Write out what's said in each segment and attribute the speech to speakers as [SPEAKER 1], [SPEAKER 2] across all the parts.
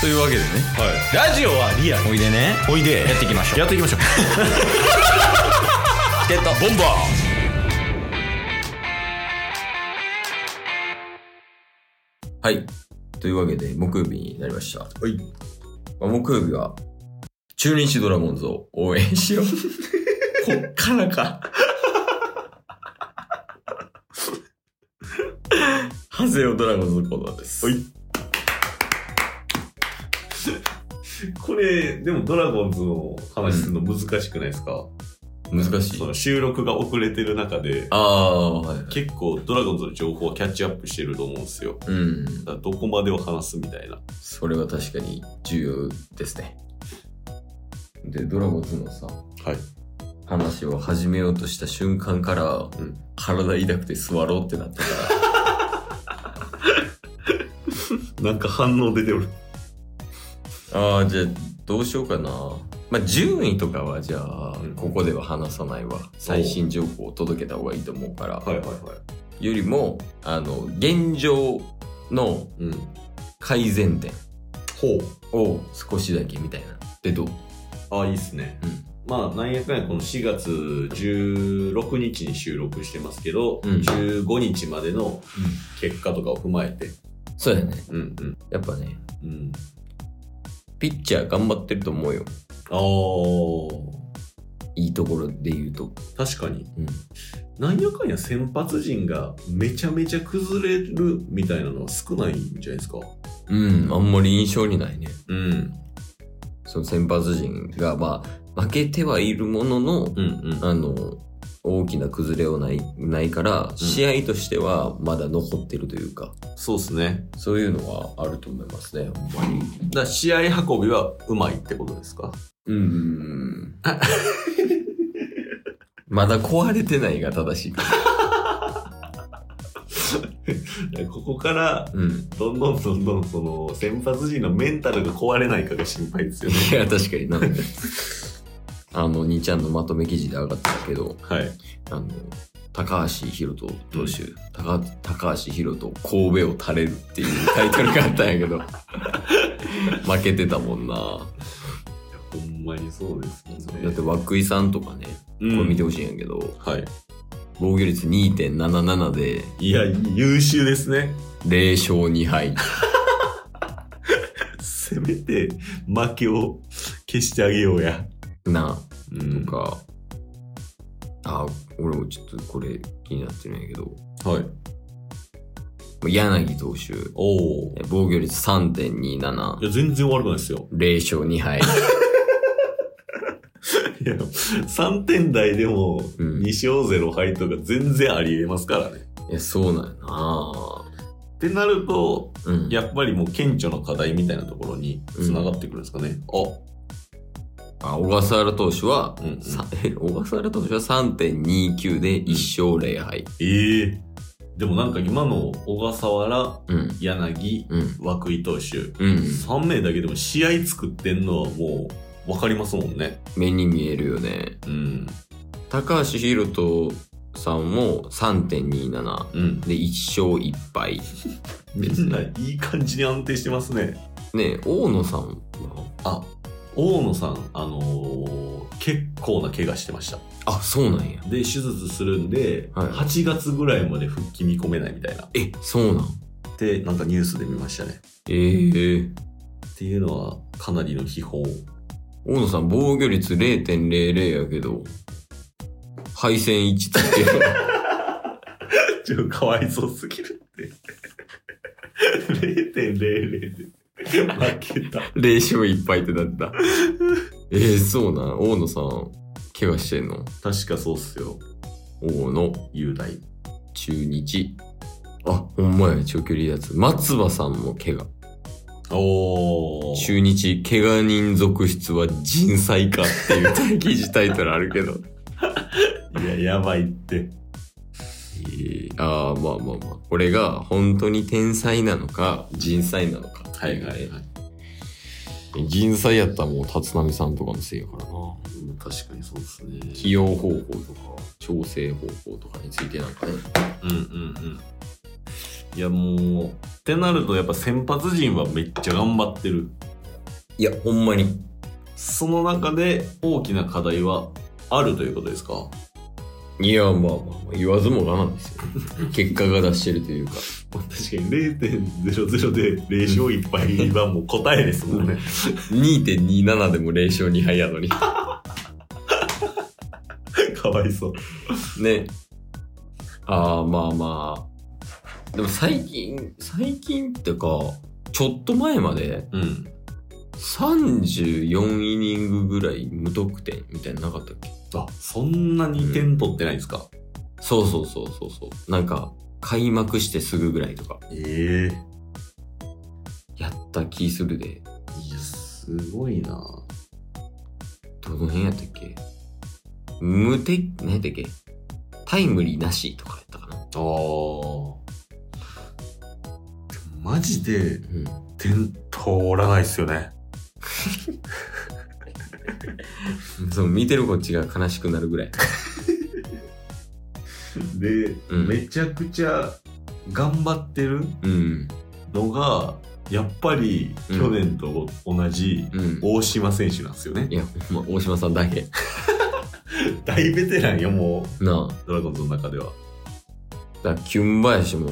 [SPEAKER 1] というわけでね
[SPEAKER 2] ラジオはリアル
[SPEAKER 1] おいでね
[SPEAKER 2] おいで
[SPEAKER 1] やっていきましょう
[SPEAKER 2] やっていきましょう
[SPEAKER 1] チケットボンバーはいというわけで木曜日になりました
[SPEAKER 2] い
[SPEAKER 1] まあ、木曜日は中日ドラゴンズを応援し ようこっからか長谷尾ドラゴンズのコーナーです
[SPEAKER 2] はいこれでもドラゴンズの話するの難しくないですか、
[SPEAKER 1] 難しい
[SPEAKER 2] その収録が遅れてる中で
[SPEAKER 1] ああはい
[SPEAKER 2] 結構ドラゴンズの情報をキャッチアップしてると思うんですよ
[SPEAKER 1] うん
[SPEAKER 2] だからどこまでを話すみたいな
[SPEAKER 1] それは確かに重要ですねでドラゴンズのさ
[SPEAKER 2] はい
[SPEAKER 1] 話を始めようとした瞬間から、
[SPEAKER 2] ん
[SPEAKER 1] 体痛くて座ろうってなったから
[SPEAKER 2] なんか反応出ておる
[SPEAKER 1] ああ、じゃあ、どうしようかな。まあ、順位とかは、じゃあ
[SPEAKER 2] うん、
[SPEAKER 1] ここでは話さないわ。最新情報を届けた方がいいと思うから。
[SPEAKER 2] はいはいはい
[SPEAKER 1] よりも、あの、現状の
[SPEAKER 2] うん
[SPEAKER 1] 改善点
[SPEAKER 2] ほ
[SPEAKER 1] を少しだけみたいな。で、どう
[SPEAKER 2] うあいいっすねまあ、なんやかんやこの4月16日に収録してますけど、
[SPEAKER 1] うん
[SPEAKER 2] 15日までの結果とかを踏まえて、
[SPEAKER 1] そうやね。
[SPEAKER 2] うんうん
[SPEAKER 1] やっぱね、
[SPEAKER 2] うん、
[SPEAKER 1] ピッチャー頑張ってると思うよ。
[SPEAKER 2] ああ
[SPEAKER 1] いいところで言うと。
[SPEAKER 2] 確かに
[SPEAKER 1] うん。
[SPEAKER 2] なんやかんや先発陣がめちゃめちゃ崩れるみたいなのは少ないんじゃないですか
[SPEAKER 1] うん、あんまり印象にないね。
[SPEAKER 2] うん
[SPEAKER 1] その先発陣が、まあ、負けてはいるものの、
[SPEAKER 2] うんうん
[SPEAKER 1] あの、大きな崩れはない、ないから、試合としてはまだ残ってるというか、
[SPEAKER 2] そうっすね
[SPEAKER 1] そういうのはあると思いますね、ほんまに。
[SPEAKER 2] だから試合運びはうまいってことですか
[SPEAKER 1] うん。 まだ壊れてないが正しい。
[SPEAKER 2] ここから
[SPEAKER 1] うん。
[SPEAKER 2] どんどんどんどんその先発陣のメンタルが壊れないかが心配ですよね
[SPEAKER 1] いや、確かに な。あの、2ちゃんのまとめ記事で上がってたけど、
[SPEAKER 2] はい
[SPEAKER 1] あの、高橋宏斗投手、高高橋宏斗、神戸を垂れるっていうタイトルがあったんやけ ど、負けてたもんな。
[SPEAKER 2] ほんまにそうですもんね。
[SPEAKER 1] だって、涌井さんとかね、
[SPEAKER 2] う
[SPEAKER 1] こ
[SPEAKER 2] ん
[SPEAKER 1] れ見てほしいんやけど、
[SPEAKER 2] はい。
[SPEAKER 1] 防御率2.77で
[SPEAKER 2] いや、優秀ですね。
[SPEAKER 1] 0勝2敗。
[SPEAKER 2] せめて、負けを消してあげようや。
[SPEAKER 1] な、
[SPEAKER 2] う
[SPEAKER 1] と
[SPEAKER 2] ん
[SPEAKER 1] か、あ、俺もちょっとこれ気になってるんやけど、
[SPEAKER 2] はい。
[SPEAKER 1] 柳投手、
[SPEAKER 2] おお。
[SPEAKER 1] え防御率3.27
[SPEAKER 2] い、や、全然悪くないですよ。
[SPEAKER 1] 0勝2敗。
[SPEAKER 2] いや、3点台でも、
[SPEAKER 1] うん
[SPEAKER 2] 2勝0敗とか全然ありえますからね。
[SPEAKER 1] いや、そうなんやな
[SPEAKER 2] ってなると、
[SPEAKER 1] うん。
[SPEAKER 2] やっぱりもう顕著な課題みたいなところに繋がってくるんですかね。
[SPEAKER 1] あ、小笠原投手は、
[SPEAKER 2] うんうん
[SPEAKER 1] さえ小笠原投手は3.29で1勝0敗。
[SPEAKER 2] あ、ええでもなんか今の小笠原、
[SPEAKER 1] うん。
[SPEAKER 2] 柳、
[SPEAKER 1] うん。
[SPEAKER 2] 涌井投手、
[SPEAKER 1] うん。
[SPEAKER 2] 3名だけでも試合作ってんのはもう分かりますもんね。
[SPEAKER 1] 目に見えるよね。
[SPEAKER 2] うん。
[SPEAKER 1] 高橋宏斗さんも3.27。
[SPEAKER 2] うん。
[SPEAKER 1] で1勝1敗
[SPEAKER 2] みんないい感じに安定してますね。
[SPEAKER 1] ね大野さんは
[SPEAKER 2] あ、大野さん、あのー結構な怪我してました。
[SPEAKER 1] あそうなんや
[SPEAKER 2] で、手術するんで、
[SPEAKER 1] はい
[SPEAKER 2] 8月ぐらいまで復帰見込めないみたいな。
[SPEAKER 1] えそうなん
[SPEAKER 2] で、なんかニュースで見ましたね。
[SPEAKER 1] えー、
[SPEAKER 2] っていうのはかなりの秘宝。
[SPEAKER 1] 大野さん防御率0.00やけど敗戦1つっていう
[SPEAKER 2] ちょっとかわいそうすぎるって。0.00で負け
[SPEAKER 1] 0
[SPEAKER 2] た。
[SPEAKER 1] 勝1敗ってな ったえー、そうなん大野さん怪我してんの
[SPEAKER 2] 確かそうっすよ。
[SPEAKER 1] 大野
[SPEAKER 2] 雄大。
[SPEAKER 1] 中日あほんまや長距離やつ松葉さんも怪我
[SPEAKER 2] おー
[SPEAKER 1] 中日怪我人続出は人災かって いう記事タイトルあるけど
[SPEAKER 2] いや、やばいって。
[SPEAKER 1] えーああまあまあまあ俺が本当に天才なのか人災なのかっていうね
[SPEAKER 2] はい。
[SPEAKER 1] 人災やったらもう立浪さんとかのせいやからな
[SPEAKER 2] 確かにそうですね。
[SPEAKER 1] 起用方法とか調整方法とかについてなんかね
[SPEAKER 2] うんうんうん。いや、もう、ってなると、やっぱ先発陣はめっちゃ頑張ってる。
[SPEAKER 1] いや、ほんまに。
[SPEAKER 2] その中で大きな課題はあるということですか
[SPEAKER 1] いや、まあまあまあ、言わずもがなんですよ。結果が出してるというか。
[SPEAKER 2] 確かに0.00で0勝1敗はもう答えですもんね。
[SPEAKER 1] 2.27でも0勝2敗やのに。
[SPEAKER 2] かわいそう。
[SPEAKER 1] ね。ああ、まあまあ。でも最近、最近ってか、ちょっと前まで
[SPEAKER 2] うん。
[SPEAKER 1] 34イニングぐらい無得点みたいなのなかったっけ
[SPEAKER 2] あ、そんなに点取ってないんですか、
[SPEAKER 1] そうそうそうそうそう。なんか、開幕してすぐぐらいとか、
[SPEAKER 2] ええ
[SPEAKER 1] やった気するで。
[SPEAKER 2] いや、すごいな
[SPEAKER 1] どの辺やったっけ無敵、何やったっけタイムリーなしとかやったかな
[SPEAKER 2] ああ。でもマジで
[SPEAKER 1] うん。
[SPEAKER 2] 点通らないですよね。
[SPEAKER 1] そう、見てるこっちが悲しくなるぐらい。
[SPEAKER 2] で、
[SPEAKER 1] うん
[SPEAKER 2] めちゃくちゃ頑張ってる
[SPEAKER 1] うん。
[SPEAKER 2] のが、やっぱり
[SPEAKER 1] うん
[SPEAKER 2] 去年と同じ
[SPEAKER 1] うん。
[SPEAKER 2] 大島選手なんですよね
[SPEAKER 1] い。や、ほんま、大島さんだけ。
[SPEAKER 2] 大ベテランよ、も
[SPEAKER 1] なあ。
[SPEAKER 2] う、ドラゴンズの中では。
[SPEAKER 1] だから、キュンバヤシも、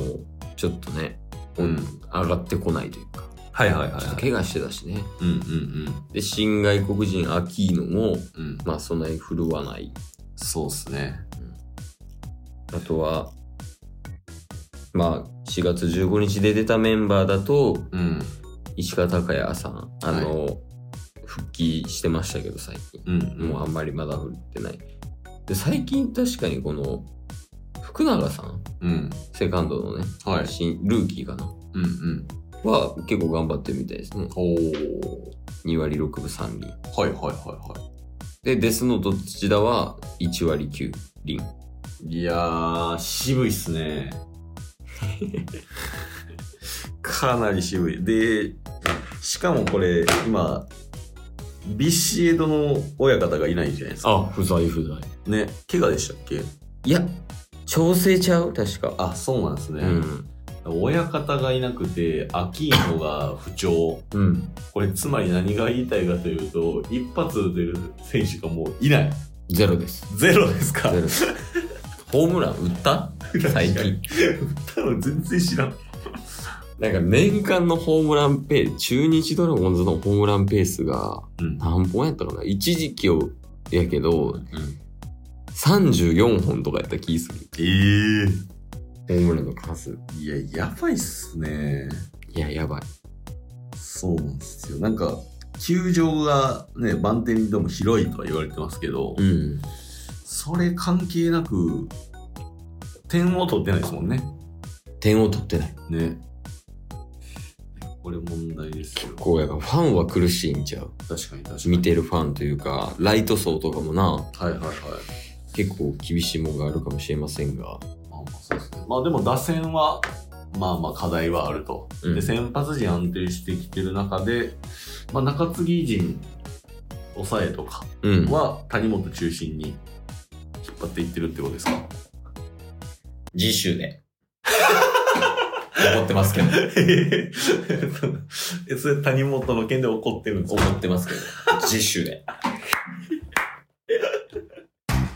[SPEAKER 1] ちょっとね、
[SPEAKER 2] うん
[SPEAKER 1] 上がってこないというか、
[SPEAKER 2] はいはいはい、
[SPEAKER 1] ちょっと怪我してたしね。
[SPEAKER 2] うんうん
[SPEAKER 1] で、新外国人アキーノも、
[SPEAKER 2] うん。うん。
[SPEAKER 1] まあ、そんなに振るわない。
[SPEAKER 2] そうっすね。
[SPEAKER 1] あとは、まあ、4月15日で出たメンバーだと、
[SPEAKER 2] うん。
[SPEAKER 1] 石川昂弥さん、あの、復帰してましたけど、最近。
[SPEAKER 2] うん、
[SPEAKER 1] もうあんまりまだ振ってない。で、最近確かにこの、福永さん、
[SPEAKER 2] うん。
[SPEAKER 1] セカンドのね、
[SPEAKER 2] はい。
[SPEAKER 1] 新ルーキーかな
[SPEAKER 2] うんうん。
[SPEAKER 1] は結構頑張ってるみたいですね。
[SPEAKER 2] おお。
[SPEAKER 1] 2割6分3厘。
[SPEAKER 2] はいはいはいは
[SPEAKER 1] で、デスノート土田は1割9厘。
[SPEAKER 2] い。いやー、渋いっすね。かなり渋い。で、しかもこれ、今、ビシエドの親方がいないじゃないですか。
[SPEAKER 1] あ、不在不在。
[SPEAKER 2] ね、怪我でしたっけ
[SPEAKER 1] いや、調整ちゃう確か。
[SPEAKER 2] あ、そうなんですね。
[SPEAKER 1] うん。
[SPEAKER 2] 親方がいなくて、アキーノが不調。
[SPEAKER 1] うん。
[SPEAKER 2] これ、つまり何が言いたいかというと、一発打てる選手がもういない。
[SPEAKER 1] ゼロです。
[SPEAKER 2] ゼロです か
[SPEAKER 1] ゼロです。ホームラン打った最近。
[SPEAKER 2] 多分全然知らん。
[SPEAKER 1] なんか年間のホームランペース、中日ドラゴンズのホームランペースが
[SPEAKER 2] うん
[SPEAKER 1] 何本やったかな一時期をやけど、34本とかやった気する。
[SPEAKER 2] え
[SPEAKER 1] ホ
[SPEAKER 2] え
[SPEAKER 1] ームランの数。
[SPEAKER 2] いや、やばいっすね。
[SPEAKER 1] いや、やばい。
[SPEAKER 2] そうなんですよ。なんか、球場がね、バンテリンドーム広いとは言われてますけど、
[SPEAKER 1] うん。
[SPEAKER 2] それ関係なく、点を取ってないですもんね。
[SPEAKER 1] 点を取ってない。
[SPEAKER 2] ね。これ問題ですよ。
[SPEAKER 1] こうやがファンは苦しいんちゃう。
[SPEAKER 2] 確かに確かに。
[SPEAKER 1] 見てるファンというか、ライト層とかもな、
[SPEAKER 2] はいはいはい。
[SPEAKER 1] 結構厳しいもんがあるかもしれませんが。
[SPEAKER 2] まあまあそうですね。まあでも打線は、まあまあ課題はあると。
[SPEAKER 1] うん
[SPEAKER 2] で、先発陣安定してきてる中で、まあ中継ぎ陣、抑えとか
[SPEAKER 1] うん。
[SPEAKER 2] は谷本中心に引っ張っていってるってことですか
[SPEAKER 1] 次週で。怒ってますけど。
[SPEAKER 2] え、それ谷本の件で怒ってるんで
[SPEAKER 1] 怒ってますけど。次週で。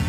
[SPEAKER 3] す